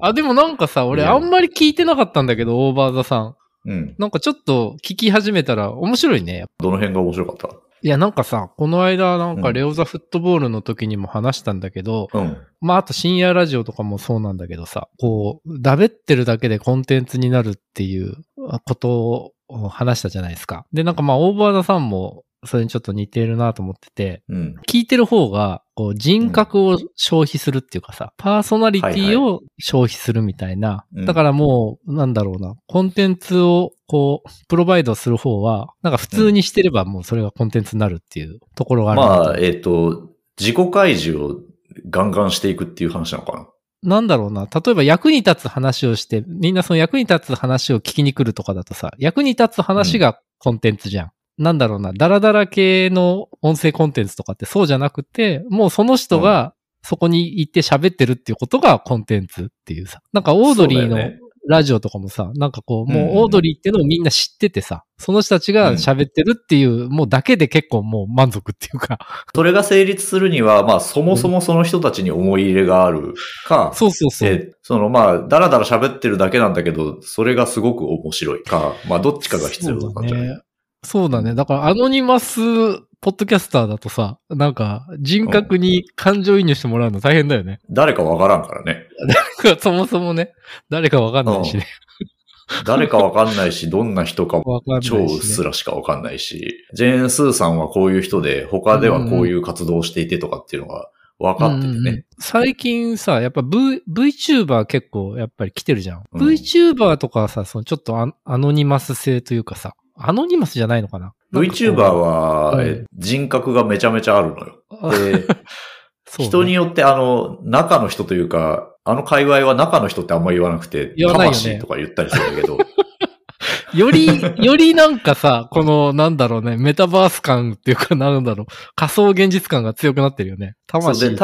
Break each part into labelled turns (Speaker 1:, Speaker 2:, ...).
Speaker 1: あ、でもなんかさ、俺
Speaker 2: いや
Speaker 1: あんまり聞いてなかったんだけど、オーバーザさん。
Speaker 2: うん。
Speaker 1: なんかちょっと聞き始めたら面白いね。
Speaker 2: どの辺が面白かっ
Speaker 1: いや、なんかさ、この間なん
Speaker 2: う
Speaker 1: か
Speaker 2: ん
Speaker 1: レオザフットボールの時にも話したんだけど、
Speaker 2: たうん。
Speaker 1: まああと深夜ラジオとかもそうなんだけどさ、こう、だべってるだけでコンテンツになるっていうあことを話したじゃないですか。で、なんかまあオーバーザさんもそれにちょっと似てるなと思ってて、
Speaker 2: うん。
Speaker 1: 聞いてる方が、こう人格を消費するっていうかさ、パーソナリティを消費するみたいな。
Speaker 2: うん
Speaker 1: だからもう、なんだろうな、コンテンツをこう、プロバイドする方は、なんか普通にしてればもうそれがコンテンツになるっていうところがあるなと。
Speaker 2: まあ、えっ、と、自己開示をガンガンしていくっていう話なのかな。
Speaker 1: なんだろうな、例えば役に立つ話をして、みんなその役に立つ話を聞きに来るとかだとさ、役に立つ話がコンテンツじゃん。なんだろうな、ダラダラ系の音声コンテンツとかってそうじゃなくて、もうその人がそこに行って喋ってるっていうことがコンテンツっていうさ。なんかオードリー
Speaker 2: そう
Speaker 1: の
Speaker 2: だよね
Speaker 1: ラジオとかもさ、なんかこう、
Speaker 2: うん
Speaker 1: も
Speaker 2: うん
Speaker 1: うオードリーっていうのをみんな知っててさ、その人たちが喋ってるっていう、もうだけで結構もう満足っていうか。
Speaker 2: それが成立するには、まあ、そもそもその人たちに思い入れがあるか、
Speaker 1: そうそうそう。
Speaker 2: で、そのまあ、だらだら喋ってるだけなんだけど、それがすごく面白いか、まあ、どっちかが必要だったんじゃな
Speaker 1: そ
Speaker 2: い、
Speaker 1: うだね。そうだね。だから、アノニマス、ポッドキャスターだとさ、なんか、人格に感情移入してもらうの大変だよね。
Speaker 2: 誰かわからんからね。
Speaker 1: そもそもね、誰かわかんないしね。
Speaker 2: 誰かわかんないし、どんな人かも
Speaker 1: わかんないし、
Speaker 2: 超
Speaker 1: ね。
Speaker 2: うっすらしかわかんないし、ジェーン・スーさんはこういう人で、他ではこういう活動をしていてとかっていうのが分かってて
Speaker 1: うんうんう
Speaker 2: ね
Speaker 1: ん。最近さ、やっぱ v、VTuber 結構やっぱり来てるじゃん。
Speaker 2: うん
Speaker 1: VTuber とかはさ、そのちょっとアアノニマス性というかさ、アノニマスじゃないのかな
Speaker 2: VTuber は、
Speaker 1: うん
Speaker 2: え人格がめちゃめちゃあるのよ。
Speaker 1: あ
Speaker 2: で、
Speaker 1: そうね
Speaker 2: 人によってあの、中の人というか、あの界隈は中の人ってあんま言わなくて、
Speaker 1: 言わないよね
Speaker 2: 魂とか言ったりするんだけど、
Speaker 1: より、よりなんかさ、この、なんだろうね、メタバース感っていうか、なんだろう、仮想現実感が強くなってるよね。
Speaker 2: 魂
Speaker 1: 魂。
Speaker 2: で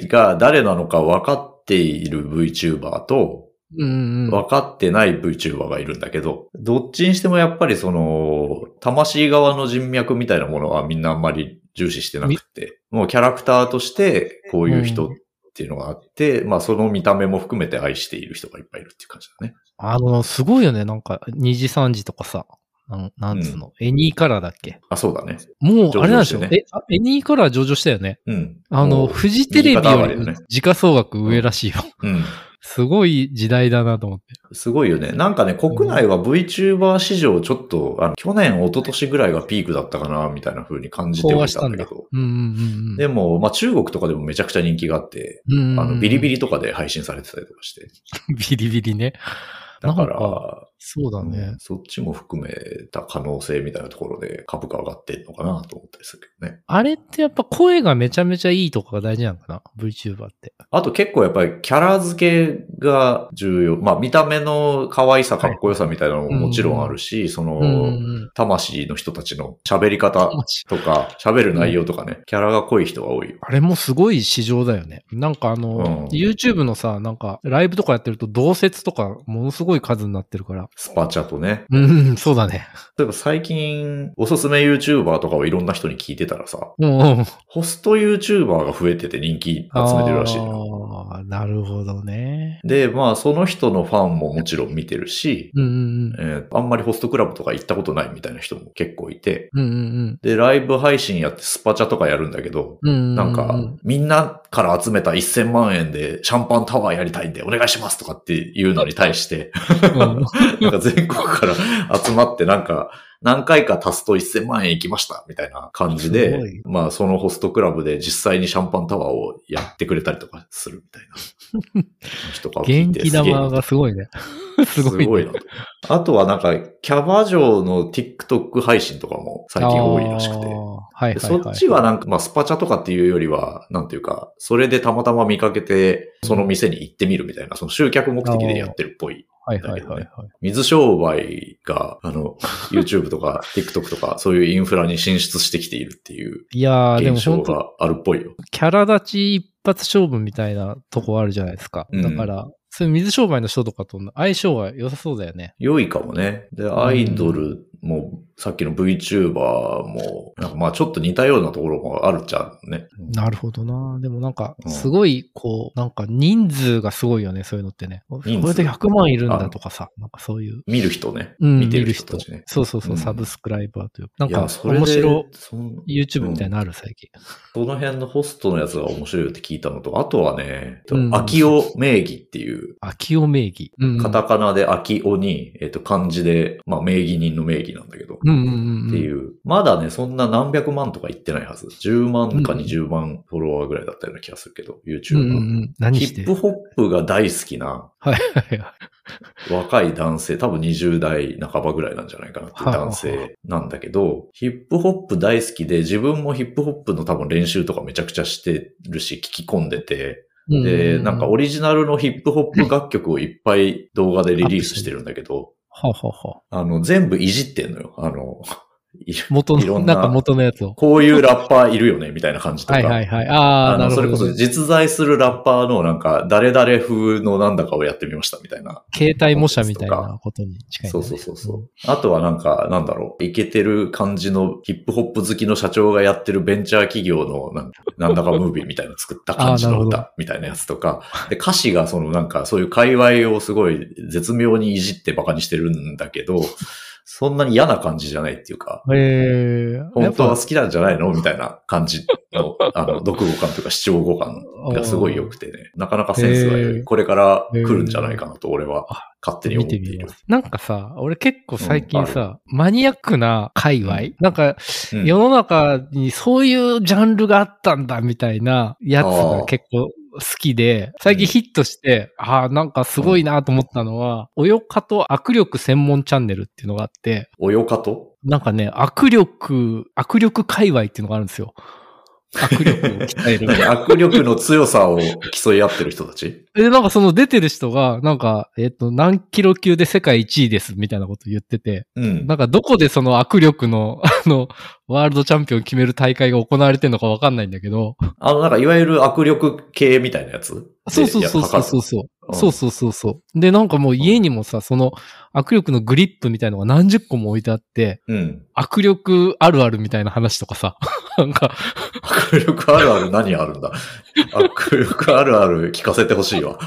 Speaker 2: 魂が誰なのか分かっている VTuber と、
Speaker 1: うんうんうん。
Speaker 2: 分かってない VTuber がいるんだけど、どっちにしてもやっぱりその、魂側の人脈みたいなものはみんなあんまり重視してなくて、もうキャラクターとしてこういう人っていうのがあって、まあその見た目も含めて愛している人がいっぱいいるっていう感じだね。
Speaker 1: あの、すごいよね、なんか、2時3時とかさ、なんなんつうの、エニーカラーだっけ
Speaker 2: あ、そうだね。
Speaker 1: もう、あれなんでしょ
Speaker 2: 上場して
Speaker 1: え、あエニーカラー上場したよね。
Speaker 2: うん。
Speaker 1: あ
Speaker 2: も
Speaker 1: の、
Speaker 2: う
Speaker 1: フジテレビ
Speaker 2: 右肩上が
Speaker 1: よ
Speaker 2: り
Speaker 1: り
Speaker 2: だね
Speaker 1: 時価総額上らしいよ。
Speaker 2: うん。
Speaker 1: すごい時代だなと思って。
Speaker 2: すごいよね。なんかね、国内は VTuber 市場ちょっと、あの去年、一昨年ぐらいがピークだったかな、みたいな風に感じて
Speaker 1: 飽
Speaker 2: お
Speaker 1: 和
Speaker 2: い
Speaker 1: したたん
Speaker 2: んだけ
Speaker 1: だ
Speaker 2: ど。。
Speaker 1: うんうんうんうん。
Speaker 2: でも、まあ中国とかでもめちゃくちゃ人気があって、
Speaker 1: うんうんうん、
Speaker 2: あの、ビリビリとかで配信されてたりとかして。
Speaker 1: リ。 ビリビリね。
Speaker 2: だか、
Speaker 1: なんからそうだね。
Speaker 2: うんそっちも含めた可能性みたいなところで株価上がってんのかなと思ったりするけどね。
Speaker 1: あれってやっぱ声がめちゃめちゃいいとかが大事なのかな ?VTuber って。
Speaker 2: あと結構やっぱりキャラ付けが重要。まあ見た目の可愛さ、かっこよさみたいなのももちろんあるし、その、
Speaker 1: うん。
Speaker 2: 魂の人たちの喋り方
Speaker 1: 魂
Speaker 2: とか、喋る内容とかね、キャラが濃い人が多いよ。
Speaker 1: あれもすごい市場だよね。なんかあの、
Speaker 2: うん
Speaker 1: YouTube のさ、なんかライブとかやってると同説とかものすごい数になってるから。
Speaker 2: スパチャとね。
Speaker 1: うん、そうだ ね。
Speaker 2: 例えば最近、おすすめ YouTuber とかをいろんな人に聞いてたらさ、
Speaker 1: うんうん。
Speaker 2: ホスト YouTuber が増えてて人気集めてるらしいのよ。
Speaker 1: ああ、なるほどね。
Speaker 2: で、まあその人のファンももちろん見てるし、
Speaker 1: うんうん
Speaker 2: えーあんまりホストクラブとか行ったことないみたいな人も結構いて、
Speaker 1: うん。うんうん
Speaker 2: で、ライブ配信やってスパチャとかやるんだけど、
Speaker 1: うん。うん。
Speaker 2: なんか、みんなから集めた1000万円でシャンパンタワーやりたいんでお願いしますとかっていうのに対して、
Speaker 1: うん、
Speaker 2: なんか全国から集まってなんか、何回か足すと1000万円いきましたみたいな感じ
Speaker 1: す
Speaker 2: で
Speaker 1: ごい、
Speaker 2: まあそのホストクラブで実際にシャンパンタワーをやってくれたりとかするみたいな人が聞い
Speaker 1: 元
Speaker 2: て
Speaker 1: 気
Speaker 2: すげえ
Speaker 1: 玉
Speaker 2: な
Speaker 1: がすごいね。すごいね。
Speaker 2: なと。あとはなんか、キャバ嬢の TikTok 配信とかも最近多いらしく
Speaker 1: あー
Speaker 2: て。
Speaker 1: はいはい、はい。
Speaker 2: でそっちはなんか、まあ、スパチャとかっていうよりは、なんていうか、それでたまたま見かけて、その店に行ってみるみたいな、その集客目的でやってるっぽい。
Speaker 1: はいはいはいはい。
Speaker 2: 水商売が、あの、YouTube とか TikTok とか、そういうインフラに進出してきているっていう
Speaker 1: いやー、でも
Speaker 2: 現象
Speaker 1: 本当
Speaker 2: があるっぽいよ。
Speaker 1: キャラ立ち一発勝負みたいなとこあるじゃないですか。
Speaker 2: うん
Speaker 1: だから、そういう水商売の人とかとの相性が良さそうだよね。
Speaker 2: 良いかもね。で、アイドルもう、さっきの VTuber も、なんかまあちょっと似たようなところもあるっちゃね。
Speaker 1: なるほどな。でもなんか、すごい、こう、なんか人数がすごいよね、そういうのってね。これ
Speaker 2: 人数
Speaker 1: で100万いるんだとかさ、なんかそういう。
Speaker 2: 見る人ね。
Speaker 1: うん、
Speaker 2: 見てる
Speaker 1: 見
Speaker 2: 人たちね。
Speaker 1: そうそうそう、
Speaker 2: うん
Speaker 1: サブスクライバーという。なん
Speaker 2: いや
Speaker 1: か、
Speaker 2: それで
Speaker 1: 面白
Speaker 2: そん
Speaker 1: い YouTube みたいなのある、最近。
Speaker 2: その辺のホストのやつが面白いよって聞いたのと、あとはね、
Speaker 1: うん
Speaker 2: 秋尾名義っていう、
Speaker 1: 秋尾名義。うん。
Speaker 2: カタカナで秋尾に、えっと、漢字で、まあ名義人の名義なんだけど、
Speaker 1: うんうんうん。。
Speaker 2: っていうう、まだね、そんな何百万とか言ってないはず。10万か20万フォロワーぐらいだったような気がするけど、
Speaker 1: うんう
Speaker 2: YouTube は。
Speaker 1: んうん。何
Speaker 2: ヒ
Speaker 1: し
Speaker 2: ッ
Speaker 1: て
Speaker 2: プホップが大好きな
Speaker 1: はいはいはい。
Speaker 2: 若い男性、多分20代半ばぐらいなんじゃないかなっていう男性なんだけど、ヒップホップ大好きで、自分もヒップホップの多分練習とかめちゃくちゃしてるし、聞き込んでて、
Speaker 1: うんうん
Speaker 2: で、
Speaker 1: うん
Speaker 2: なんかオリジナルのヒップホップ楽曲をいっぱい動画でリリースしてるんだけど、
Speaker 1: はあはあはあ
Speaker 2: あの、全部いじってんのよ。あの、 い
Speaker 1: 元
Speaker 2: いろ
Speaker 1: の、
Speaker 2: んな
Speaker 1: なんか元のやつを。
Speaker 2: こういうラッパーいるよね、みたいな感じとか。
Speaker 1: はいはいはい。あ
Speaker 2: あ
Speaker 1: あ、な
Speaker 2: の、
Speaker 1: る
Speaker 2: そ
Speaker 1: ほど
Speaker 2: れ
Speaker 1: ね。
Speaker 2: こそ実在するラッパーのなんか、誰々風のなんだかをやってみました、みたいな。
Speaker 1: 携帯模写みたいなことに近い、
Speaker 2: そうそうそうそう。あとはなんか、なんだろう、イケてる感じのヒップホップ好きの社長がやってるベンチャー企業のなんなんだかムービーみたいなの作った感じ
Speaker 1: あーなる
Speaker 2: の
Speaker 1: ほど
Speaker 2: 歌みたいなやつとか、で歌詞がそのなんかそういう界隈をすごい絶妙にいじってバカにしてるんだけど、そんなに嫌な感じじゃないっていうか、
Speaker 1: う。へえー。や
Speaker 2: 本
Speaker 1: っ
Speaker 2: 当は
Speaker 1: ぱ、
Speaker 2: 好きなんじゃないのみたいな感じの、あの、読語感というか主張語感がすごい良くてね、なかなかセンスが良
Speaker 1: へ
Speaker 2: い。
Speaker 1: ー
Speaker 2: これから来るんじゃないかなと俺は勝手に思
Speaker 1: 見
Speaker 2: って
Speaker 1: て
Speaker 2: い
Speaker 1: み
Speaker 2: る
Speaker 1: ま。す。なんかさ、俺結構最近
Speaker 2: うん
Speaker 1: さ、マニアックな界隈、
Speaker 2: うん
Speaker 1: なんか、
Speaker 2: うん
Speaker 1: 世の中にそういうジャンルがあったんだみたいなやつが結構好きで、最近ヒットして、ああ、なんかすごいなと思ったのは、およかと握力専門チャンネルっていうのがあって、
Speaker 2: およかと
Speaker 1: なんかね、握力、握力界隈っていうのがあるんですよ。握力を鍛える。
Speaker 2: 握力の強さを競い合ってる人たち
Speaker 1: で、なんかその出てる人が、なんか、えっ、と、何キロ級で世界1位ですみたいなこと言ってて、
Speaker 2: うん。
Speaker 1: なんかどこでその握力の、あの、ワールドチャンピオンを決める大会が行われてるのかわかんないんだけど、
Speaker 2: あの、なんか、いわゆる握力系みたいなやつ
Speaker 1: そうそうそうそうそう。そう。
Speaker 2: うん
Speaker 1: そうそうそうそう。で、なんかもう家にもさ、その握力のグリップみたいのが何十個も置いてあって、
Speaker 2: うん。
Speaker 1: 握力あるあるみたいな話とかさ、 なんか、
Speaker 2: 握力あるある何あるんだ握力あるある聞かせてほしいわ。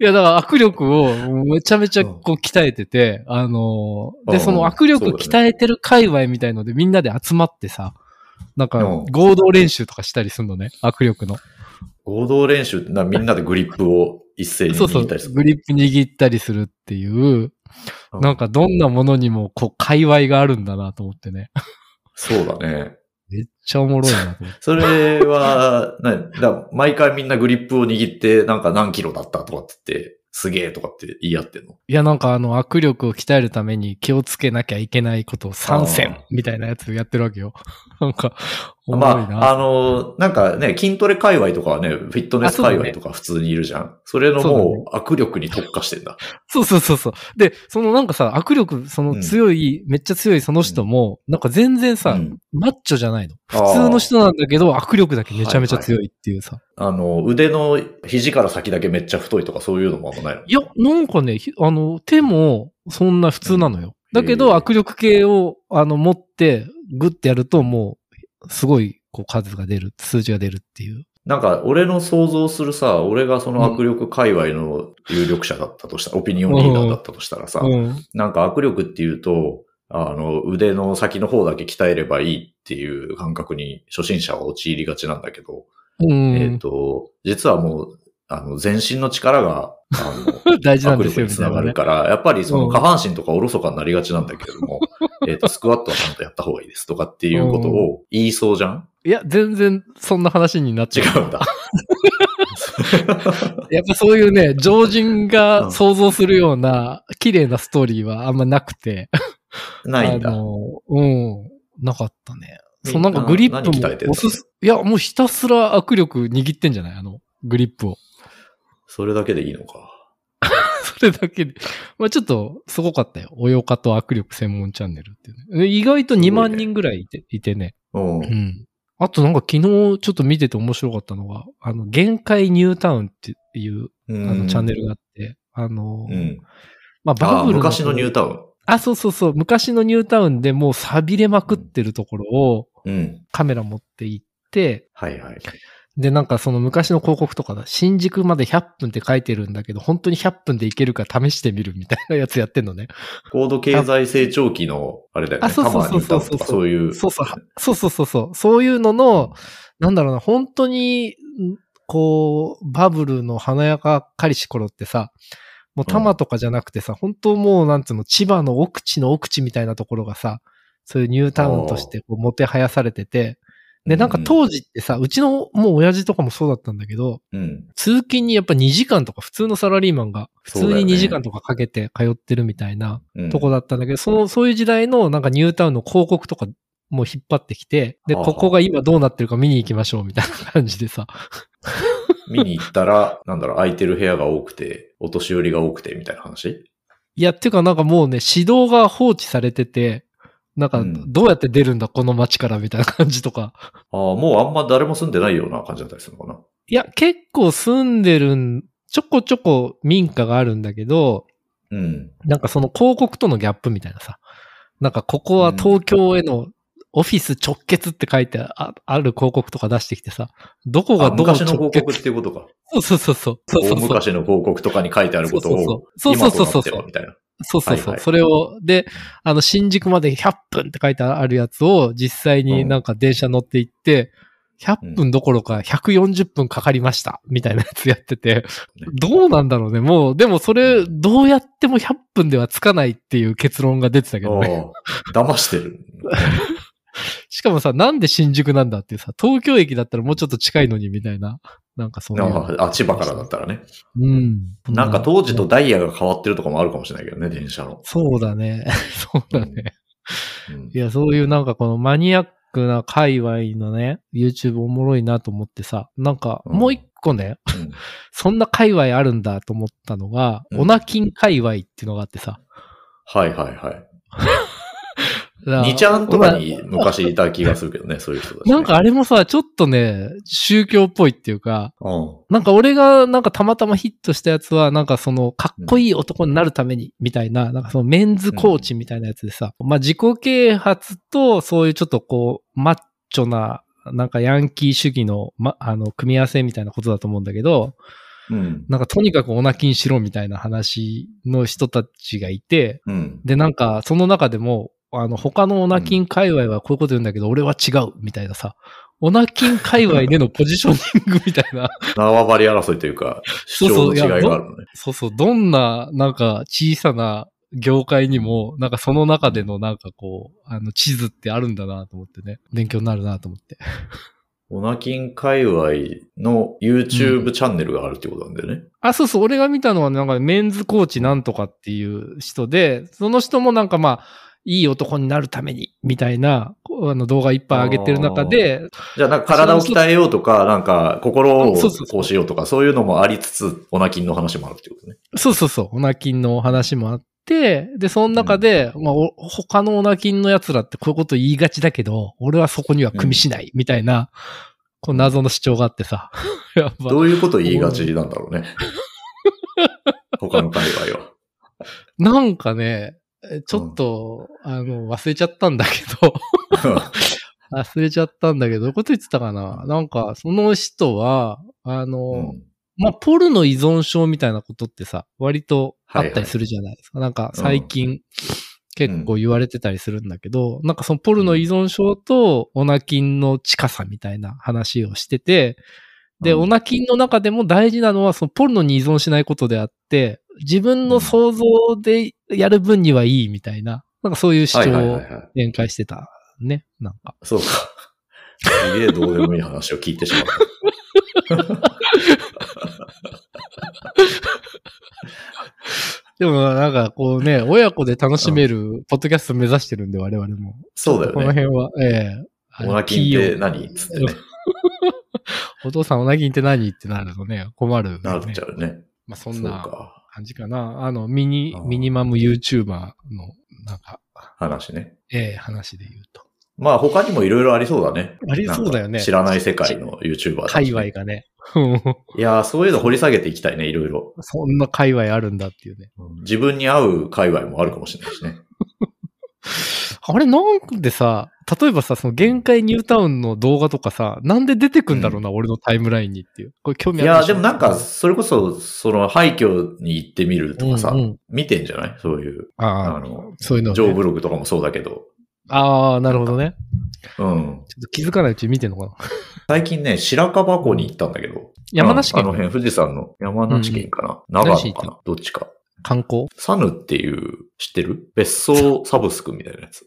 Speaker 1: いや、だから握力をめちゃめちゃこう鍛えてて、あのー
Speaker 2: う
Speaker 1: で、
Speaker 2: ん
Speaker 1: その握力
Speaker 2: そうだ
Speaker 1: 鍛えてる界隈みたいのでみんなで集まってさ、なんか
Speaker 2: うん
Speaker 1: 合同練習とかしたりするのね、握力の。
Speaker 2: 合同練習ってな、みんなでグリップを一斉に
Speaker 1: そうそ
Speaker 2: 握
Speaker 1: う、
Speaker 2: ったりする。
Speaker 1: グリップ握ったりするっていう、
Speaker 2: うん
Speaker 1: なんかどんなものにもこう界隈があるんだなと思ってね。
Speaker 2: そうだね。
Speaker 1: めっちゃおもろいなと思って。
Speaker 2: それは、 なだ毎回みんなグリップを握って、なんか何キロだったとかって言って、すげえとかって言い合ってんの。
Speaker 1: いや、なんかあの、握力を鍛えるために気をつけなきゃいけないことを参
Speaker 2: あ
Speaker 1: 戦
Speaker 2: ー
Speaker 1: みたいなやつやってるわけよ。 なんか、おもろいな。
Speaker 2: まあ、あの、なんかね、筋トレ界隈とかはね、フィットネス界隈とか普通にいるじゃん。それのもう握力に特化してんだ。
Speaker 1: そうそうそうそう。で、そのなんかさ、握力、その強い、めっちゃ強いその人も、なんか全然さ、
Speaker 2: うん
Speaker 1: マッチョじゃないの。
Speaker 2: あ
Speaker 1: 普
Speaker 2: ー
Speaker 1: 通の人なんだけど、握力だけめちゃめちゃ強いっていうさ。
Speaker 2: あの、腕の肘から先だけめっちゃ太いとかそういうのもあんまないの
Speaker 1: いや、なんかね、ひあの、手もそんな普通なのよ。
Speaker 2: うん
Speaker 1: だけど、
Speaker 2: へー
Speaker 1: 握力計を、あの、持って、グッてやると、もう、すごい、こう、数が出る、数字が出るっていう。
Speaker 2: なんか、俺の想像するさ、俺がその握力界隈の有力者だったとしたら、オピニオンリーダーだったとしたらさ、
Speaker 1: うん。
Speaker 2: なんか握力っていうと、あの、腕の先の方だけ鍛えればいいっていう感覚に初心者は陥りがちなんだけど、
Speaker 1: うん。、
Speaker 2: えっ、と、実はもう、あの、全身の力が、あ の
Speaker 1: 大事なん
Speaker 2: 握
Speaker 1: です
Speaker 2: 力
Speaker 1: よ、み
Speaker 2: につ
Speaker 1: た
Speaker 2: ないが
Speaker 1: な、ね
Speaker 2: る。から、やっぱりそうの
Speaker 1: ん
Speaker 2: 下半身とかおろそかになりがちなんだけれど も、えっと、スクワットはちゃんとやった方がいいですとかっていうことを言いそうじゃん
Speaker 1: いや、全然、そんな話になっち
Speaker 2: 違
Speaker 1: ゃう。
Speaker 2: うんだ。
Speaker 1: やっぱそういうね、常人
Speaker 2: う
Speaker 1: が
Speaker 2: ん
Speaker 1: 想像するような綺麗なストーリーはあんまなくて。
Speaker 2: ないんだ
Speaker 1: あ。の、うん。なかったね。そう、なんかグリップ
Speaker 2: 何鍛えて
Speaker 1: も
Speaker 2: んの
Speaker 1: おすす、いや、もうひたすら握力握ってんじゃないあの、グリップを。
Speaker 2: それだけでいいのか。
Speaker 1: それだけで。まあちょっと、すごかったよ。およかと握力専門チャンネルっていうね、で意外と2万人ぐらいいていてね。
Speaker 2: うん。
Speaker 1: うん。あとなんか昨日ちょっと見てて面白かったのが、あの、限界ニュータウンっていう、
Speaker 2: う
Speaker 1: あ
Speaker 2: ん
Speaker 1: の、チャンネルがあって、あの、
Speaker 2: うん。
Speaker 1: まあ、
Speaker 2: あ
Speaker 1: バ
Speaker 2: あ、
Speaker 1: ブル
Speaker 2: 昔のニュータウン。
Speaker 1: あ、そうそうそう。昔のニュータウンでもう錆びれまくってるところを
Speaker 2: うん。
Speaker 1: カメラ持って行って、
Speaker 2: はいはい。
Speaker 1: で、なんかその昔の広告とかだ、新宿まで100分って書いてるんだけど、本当に100分で行けるか試してみるみたいなやつやってんのね。
Speaker 2: 高度経済成長期の、あれだよね。
Speaker 1: あそうそうそうそう
Speaker 2: タマニュータウンとかそういう。
Speaker 1: そうそう、そうそうそうそう。そういうのの、なんだろうな、本当に、んこう、バブルの華やかかりし頃ってさ、もう多摩とかじゃなくてさ、本当もうなんつうの、千葉の奥地の奥地みたいなところがさ、そういうニュータウンとしてこうもてはやされてて、で、なんか当時ってさ、うちのもう親父とかもそうだったんだけど、
Speaker 2: うん。うん。
Speaker 1: 通勤にやっぱ2時間とか普通のサラリーマンが普通
Speaker 2: そうだ
Speaker 1: に
Speaker 2: よね
Speaker 1: 2時間とかかけて通ってるみたいな、
Speaker 2: うん
Speaker 1: とこだったんだけど、その、そういう時代のなんかニュータウンの広告とかも引っ張ってきて、で、
Speaker 2: はあはあ
Speaker 1: ここが今どうなってるか見に行きましょうみたいな感じでさ。
Speaker 2: 見に行ったら、なんだろう、空いてる部屋が多くて、お年寄りが多くて、みたいな話
Speaker 1: いや、っていうかなんかもうね、指導が放置されてて、なんか
Speaker 2: うん
Speaker 1: どうやって出るんだ、この街からみたいな感じとか。
Speaker 2: ああ、もうあんま誰も住んでないような感じだったりするのかない
Speaker 1: や、結構住んでるん、ちょこちょこ民家があるんだけど、
Speaker 2: うん。
Speaker 1: なんかその広告とのギャップみたいなさ。なんかここは東京へのオフィス直結って書いてあある広告とか出してきてさ、どこ
Speaker 2: あ
Speaker 1: がどう
Speaker 2: 昔の
Speaker 1: 直
Speaker 2: 広
Speaker 1: 結
Speaker 2: 告っていうことか。
Speaker 1: そうそうそうそう。そうそ
Speaker 2: 大
Speaker 1: うそう。
Speaker 2: 昔の広告とかに書いてあることを、
Speaker 1: そうそうそう
Speaker 2: 今となって
Speaker 1: そうそうそう
Speaker 2: はみたいな。
Speaker 1: そうそうそう。
Speaker 2: はいはい
Speaker 1: それを、で、あの、新宿まで100分って書いてあるやつを、実際になんか電車乗って行って、100分どころか140分かかりました、みたいなやつやってて、どうなんだろうね。もう、でもそれ、どうやっても100分ではつかないっていう結論が出てたけどね。
Speaker 2: ああ、騙してる。
Speaker 1: しかもさ、なんで新宿なんだっていうさ、東京駅だったらもうちょっと近いのに、みたいな。なんかそういう
Speaker 2: ああ、千葉からだったらね。
Speaker 1: うん。
Speaker 2: なんか当時とダイヤが変わってるとかもあるかもしれないけどね、電車の。
Speaker 1: そうだ ね。そうだね。
Speaker 2: うん
Speaker 1: いや、そういうなんかこのマニアックな界隈のね、YouTube おもろいなと思ってさ、なんか
Speaker 2: うん
Speaker 1: もう一個ね、
Speaker 2: うん
Speaker 1: そんな界隈あるんだと思ったのが、
Speaker 2: うん
Speaker 1: オナキン界隈っていうのがあってさ。
Speaker 2: はいはいはい。
Speaker 1: だ
Speaker 2: 2ちゃんとかに昔いた気がするけどね、そういう人たち、ね。
Speaker 1: なんかあれもさ、ちょっとね、宗教っぽいっていうか、
Speaker 2: うん。
Speaker 1: なんか俺がなんかたまたまヒットしたやつは、なんかそのかっこいい男になるためにみたいな、なんかそのメンズコーチみたいなやつでさ、まあ自己啓発とそういうちょっとこう、マッチョな、なんかヤンキー主義の、ま、あの、組み合わせみたいなことだと思うんだけど、
Speaker 2: うん。
Speaker 1: なんかとにかくオナキンしろみたいな話の人たちがいて、
Speaker 2: うん。
Speaker 1: で、なんかその中でも、あの、他のオナキン界隈はこういうこと言うんだけど、俺は違うみたいなさ、オナキン界隈でのポジショニングみたいな
Speaker 2: 縄張り争いというか、主張の違いがあるのね。
Speaker 1: そうそう、どんな、なんか、小さな業界にも、なんかその中での、なんかこう、あの、地図ってあるんだなと思ってね、勉強になるなと思って。
Speaker 2: オナキン界隈の YouTube チャンネルがあるってことなんだよね。
Speaker 1: あ、そうそう、俺が見たのは、なんか、メンズコーチなんとかっていう人で、その人もなんかまあ、いい男になるために、みたいな、こうあの、動画いっぱい上げてる中で、
Speaker 2: じゃあなんか体を鍛えようとか、なんか心を
Speaker 1: そうそうそう
Speaker 2: こうしようとか、そういうのもありつつ、オナキンの話もあるってことね。
Speaker 1: そうそうそう、オナキンのお話もあって、で、その中で、まあ、お他のオナキンの奴らってこういうこと言いがちだけど、俺はそこには組みしない、みたいな、こう謎の主張があってさ。 やっぱ
Speaker 2: ど、ういうこと言いがちなんだろ うね。他の界隈は。
Speaker 1: なんかね、えちょっと、あの、忘れちゃったんだけど、 忘れちゃったんだけど、どういうこと言ってたかななんか、その人は、あの、
Speaker 2: うん
Speaker 1: まあ、ポルノ依存症みたいなことってさ、割とあったりするじゃないですか。なんか最近、結構言われてたりするんだけど、なんかそのポルノ依存症とオナキンの近さみたいな話をしてて、で、
Speaker 2: うん
Speaker 1: オナキンの中でも大事なのは、そのポルノに依存しないことであって、自分の想像でやる分にはいいみたいな、なんかそういう主
Speaker 2: はいはい
Speaker 1: 張
Speaker 2: は
Speaker 1: を
Speaker 2: いはい。
Speaker 1: 展開してたね、なんか。
Speaker 2: そうか。すげえどうでもいい話を聞いてしまった。
Speaker 1: でもなんかこうね、親子で楽しめるポッドキャスト目指してるんで、我々も。
Speaker 2: そうだ
Speaker 1: この
Speaker 2: よね。
Speaker 1: 辺は、ええ
Speaker 2: オナキンって
Speaker 1: あの P
Speaker 2: 何つってね。
Speaker 1: をお父さんオナキンって何ってなるとね、困る、ね。
Speaker 2: なっちゃうね。
Speaker 1: まあそ
Speaker 2: そ
Speaker 1: ん
Speaker 2: う
Speaker 1: な
Speaker 2: か。
Speaker 1: 感じかな。あの、ミニ
Speaker 2: あ、ー
Speaker 1: ミニマム YouTuber の、なんか、
Speaker 2: 話ね。
Speaker 1: ええ話で言うと。
Speaker 2: まあ他にもいろいろありそうだね。
Speaker 1: ありそうだよね
Speaker 2: なんか知らない世界の YouTuber だし
Speaker 1: 界
Speaker 2: ね
Speaker 1: 隈がね。 うん
Speaker 2: いやー、そういうの掘り下げていきたいね、いろいろ。
Speaker 1: そんな界隈あるんだっていうね。
Speaker 2: 自分に合う界隈もあるかもしれないしね。
Speaker 1: あれなんでさ、例えばさ、その限界ニュータウンの動画とかさ、なんで出てくんだろうな、俺のタイムラインに っていう。これ興味
Speaker 2: い
Speaker 1: ある
Speaker 2: や、
Speaker 1: しょ
Speaker 2: でもなんか、、それこそ、その廃墟に行ってみるとかさ、
Speaker 1: うんうん
Speaker 2: 見てんじゃないそういう、あ
Speaker 1: ああ、
Speaker 2: の、
Speaker 1: そういうのね、
Speaker 2: 上ブログとかもそうだけど。
Speaker 1: ああ、なるほどね。
Speaker 2: うん。
Speaker 1: ちょっと気づかないうちに見てんのかな。
Speaker 2: 最近ね、白樺湖に行ったんだけど。
Speaker 1: 山梨
Speaker 2: あ
Speaker 1: 県
Speaker 2: の
Speaker 1: の
Speaker 2: 辺、富士山の山梨県かな、
Speaker 1: うん
Speaker 2: 長
Speaker 1: 何しに
Speaker 2: 野
Speaker 1: 行
Speaker 2: か
Speaker 1: った
Speaker 2: などっちか。
Speaker 1: 観光
Speaker 2: サヌっていう、知ってる別荘サブスクみたいなやつ。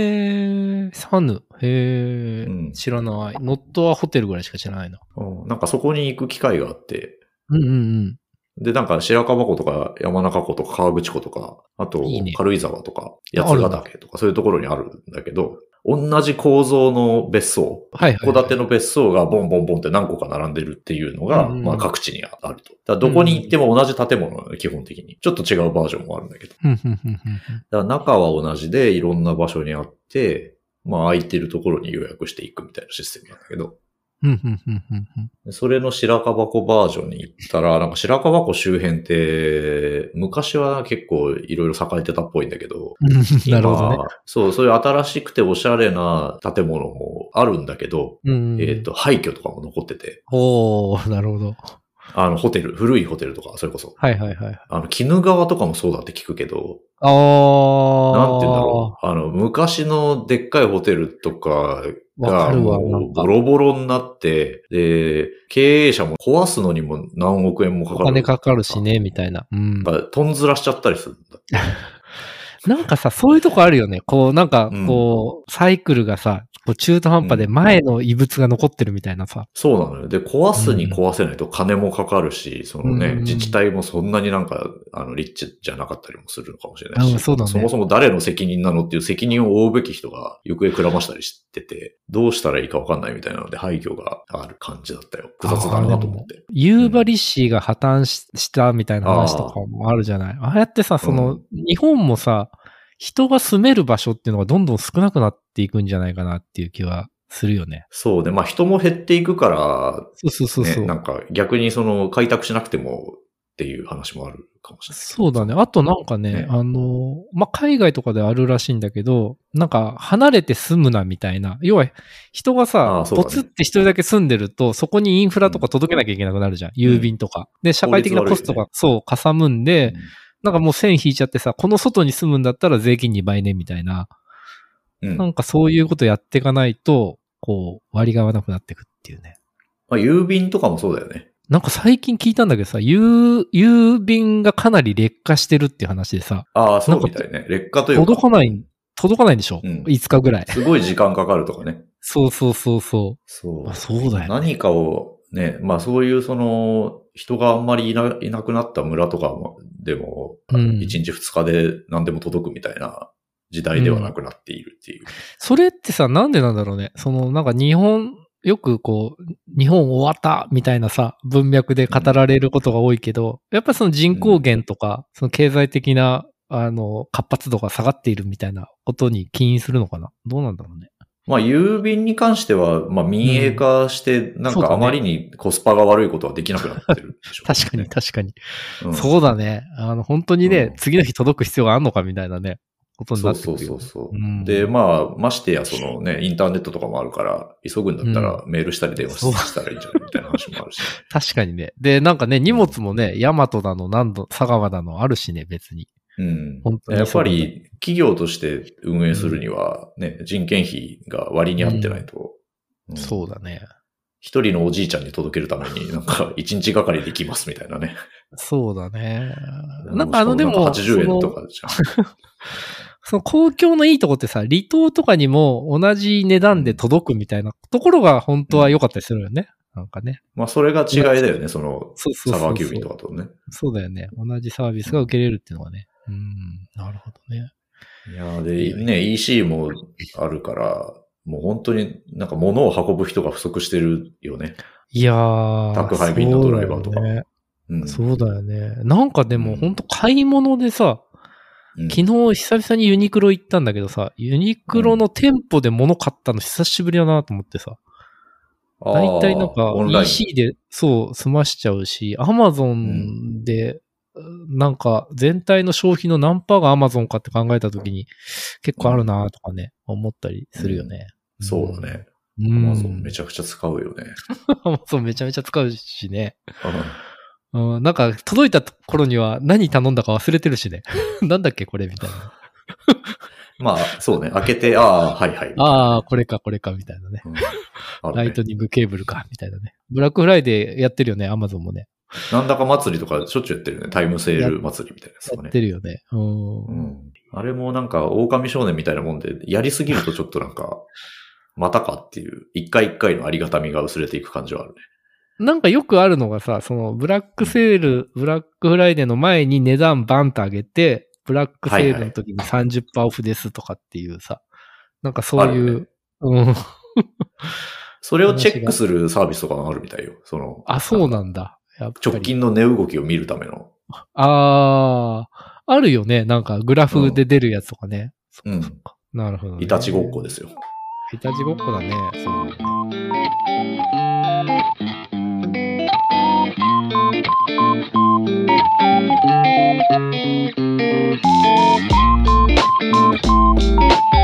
Speaker 1: へえ、サヌ。へえ、
Speaker 2: うん
Speaker 1: 知らない。ノットアホテルぐらいしか知らないな。
Speaker 2: うん。なんかそこに行く機会があって。
Speaker 1: うんうん
Speaker 2: で、なんか白樺湖とか山中湖とか河口湖とか、あと
Speaker 1: いいね
Speaker 2: 軽井沢とか
Speaker 1: あ
Speaker 2: 八ヶ岳とかそういうところにあるんだけど、同じ構造の別荘、
Speaker 1: はいはいはい
Speaker 2: 戸建ての別荘がボンボンボンって何個か並んでるっていうのが、
Speaker 1: うんうん
Speaker 2: まあ各地にあると。だからどこに行っても同じ建物なのね基本的に。ちょっと違うバージョンもあるんだけど。
Speaker 1: うん。ふんふんふんふんふん
Speaker 2: だから中は同じでいろんな場所にあって、まあ空いてるところに予約していくみたいなシステムなんだけど。
Speaker 1: うんふんふんふんふん
Speaker 2: でそれの白樺湖バージョンに行ったら、なんか白樺湖周辺って、昔は結構いろいろ栄えてたっぽいんだけど、
Speaker 1: うんなるほどね。
Speaker 2: 今。そう、そういう新しくておしゃれな建物もあるんだけど、
Speaker 1: うんうん
Speaker 2: えっ、。と、廃墟とかも残ってて、
Speaker 1: おー、なるほど。
Speaker 2: あの、ホテル、古いホテルとか、それこそ。
Speaker 1: はいはいはい。
Speaker 2: あの、絹川とかもそうだって聞くけど、
Speaker 1: あー。
Speaker 2: なんて言うんだろう。あの、昔のでっかいホテルとか
Speaker 1: わ
Speaker 2: が、
Speaker 1: かるわな
Speaker 2: もうん
Speaker 1: か
Speaker 2: ボロボロになって、で、経営者も壊すのにも何億円もかか
Speaker 1: お
Speaker 2: る。
Speaker 1: 金かかるしね、みたいな。うん。
Speaker 2: なんか、とんずらしちゃったりするんだ。
Speaker 1: なんかさ、そういうとこあるよね。こう、なんか、こう、サイクルがさ、こう中途半端で前の異物が残ってるみたいなさ。
Speaker 2: そうなのよ。で、壊すに壊せないと金もかかるし、そのね
Speaker 1: う、ん
Speaker 2: 自治体もそんなになんか、あの、リッチじゃなかったりもするのかもしれない
Speaker 1: うん
Speaker 2: し、
Speaker 1: そうだね
Speaker 2: そもそも誰の責任なのっていう責任を負うべき人が行方くらましたりしてて、どうしたらいいかわかんないみたいなので、廃墟がある感じだったよ。複雑だなと思って。
Speaker 1: 夕張市が破綻ししたみたいな話とかもあるじゃない。ああやってさ、その、日本もさ、人が住める場所っていうのがどんどん少なくなっていくんじゃないかなっていう気はするよね。
Speaker 2: そうね。まあ人も減っていくから、
Speaker 1: そうそうそうそう。
Speaker 2: ね、なんか逆にその開拓しなくてもっていう話もあるかもしれない。
Speaker 1: そうだね。あとなんかね
Speaker 2: ね、
Speaker 1: あの、まあ、海外とかであるらしいんだけど、なんか離れて住むなみたいな。要は、人が
Speaker 2: あ
Speaker 1: さ
Speaker 2: あ、そうだ
Speaker 1: ポ
Speaker 2: ね
Speaker 1: ツって一人だけ住んでると、そこにインフラとか届けなきゃいけなくなるじゃん。郵便とか。で、社会的なコストが、そう、かさむんで、なんかもう線引いちゃってさ、この外に住むんだったら税金2倍ね、みたいな。
Speaker 2: うん。うん
Speaker 1: なんかそういうことやっていかないと、こう、割が合わなくなってくっていうね。
Speaker 2: まあ郵便とかもそうだよね。
Speaker 1: なんか最近聞いたんだけどさ、郵、郵便がかなり劣化してるっていう話でさ、
Speaker 2: ああ、そう
Speaker 1: なんか
Speaker 2: みたいね。劣化というか。
Speaker 1: 届かない、届かないんでしょ、
Speaker 2: うん
Speaker 1: ?5 日ぐらい。
Speaker 2: すごい時間かかるとかね。
Speaker 1: そうそうそうそ。
Speaker 2: そうう
Speaker 1: あ、。そうだよ。
Speaker 2: 何かをね、まあそういうその、人があんまりいないなくなった村とかもでも、
Speaker 1: うん
Speaker 2: 1日2日で何でも届くみたいな時代ではなくなっているっていう。
Speaker 1: それってさ、なんでなんだろうね。その、なんか日本、よくこう、日本終わったみたいなさ、文脈で語られることが多いけど、やっぱその人口減とか、その経済的な、あの、活発度が下がっているみたいなことに起因するのかな。どうなんだろうね。
Speaker 2: まあ、郵便に関しては、まあ、民営化して、なん
Speaker 1: そうだ
Speaker 2: か
Speaker 1: ね
Speaker 2: あまりにコスパが悪いことはできなくなってるでしょう ね、
Speaker 1: 確かに、確かに。
Speaker 2: うん
Speaker 1: そうだね。あの、本当にね、
Speaker 2: うん
Speaker 1: 次の日届く必要があるのかみたいなね、ことに
Speaker 2: そ
Speaker 1: な
Speaker 2: う
Speaker 1: ってくる
Speaker 2: そ
Speaker 1: よ
Speaker 2: う
Speaker 1: ね
Speaker 2: そうそう、
Speaker 1: うん
Speaker 2: で、まあ、ましてや、そのね、インターネットとかもあるから、急ぐんだったらメールしたり電話
Speaker 1: そう
Speaker 2: したらいいんじゃないみたいな話もあるし。
Speaker 1: 確かにね。で、なんかね、荷物もね、ヤマトだの、何度、佐川だのあるしね、別に。
Speaker 2: うん
Speaker 1: 本。当に
Speaker 2: やっ
Speaker 1: そう
Speaker 2: ぱ
Speaker 1: だね
Speaker 2: り、企業として運営するには、ね、人件費が割に合ってないと。うん
Speaker 1: そうだね。
Speaker 2: 一人のおじいちゃんに届けるために、なんか、一日がかりできますみたいなね。
Speaker 1: そうだね。 なんかあの、でも、そ
Speaker 2: 80円と
Speaker 1: の
Speaker 2: かじゃん。
Speaker 1: その公共のいいとこってさ、離島とかにも同じ値段で届くみたいなところが本当は良かったりするよね。なんかね。
Speaker 2: まあ、それが違いだ よね、その、
Speaker 1: そうそうそうそう
Speaker 2: 佐川急便とかとね。
Speaker 1: そうだよね。同じサービスが受けれるっていうのはね。うん、なるほどね。
Speaker 2: いやーで、ね、EC もあるから、もう本当になんか物を運ぶ人が不足してるよね。
Speaker 1: いやー。
Speaker 2: 宅配便のドライバーとか
Speaker 1: そうだよね
Speaker 2: うん。
Speaker 1: そうだよね。なんかでも本当買い物でさ、
Speaker 2: うん
Speaker 1: 昨日久々にユニクロ行ったんだけどさ、ユニクロの店舗で物買ったの久しぶりだなと思ってさ、
Speaker 2: あー
Speaker 1: 大体なんか
Speaker 2: オンライン。
Speaker 1: EC でそう済ましちゃうし、アマゾンで、なんか全体の消費の何パーが Amazon かって考えたときに結構あるなとかね、思ったりするよね。
Speaker 2: そうだね。
Speaker 1: う
Speaker 2: Amazon
Speaker 1: ん。
Speaker 2: め
Speaker 1: ち
Speaker 2: ちゃくちゃ使うよね。
Speaker 1: ゃ。Amazon めちゃめちゃ使うしね。
Speaker 2: うん
Speaker 1: うん、なんか届いた頃には何頼んだか忘れてるしね。 なんだっけこれみたい な。
Speaker 2: まあ、そうね。開けて、ああ、はいはい。
Speaker 1: ああ、これかこれかみたいなね。
Speaker 2: うんあるね
Speaker 1: ライトニングケーブルかみたいなね。ブラックフライデーやってるよね、Amazon もね。
Speaker 2: なんだか祭りとかしょっちゅうやってるね。タイムセール祭りみたいなやつと
Speaker 1: や
Speaker 2: か
Speaker 1: っ
Speaker 2: ね。
Speaker 1: てるよね。うん
Speaker 2: う。ん。あれもなんか、狼少年みたいなもんで、やりすぎるとちょっとなんか、またかっていう、一回一回のありがたみが薄れていく感じはあるね。
Speaker 1: なんかよくあるのがさ、そのブラックセール、ブラックフライデーの前に値段バンって上げて、ブラックセールの時に30%オフですとかっていうさ、なんかそうい
Speaker 2: ある
Speaker 1: う、うん。
Speaker 2: それをチェックするサービスとかもあるみたいよ。その、
Speaker 1: あ、そうなんだ。やっぱり
Speaker 2: 直近の値動きを見るための。
Speaker 1: ああ、あるよね。なんかグラフで出るやつとかね。
Speaker 2: うん。
Speaker 1: なるほど、ね。
Speaker 2: いたちごっこですよ。
Speaker 1: いたちごっこだね。そうね
Speaker 3: 「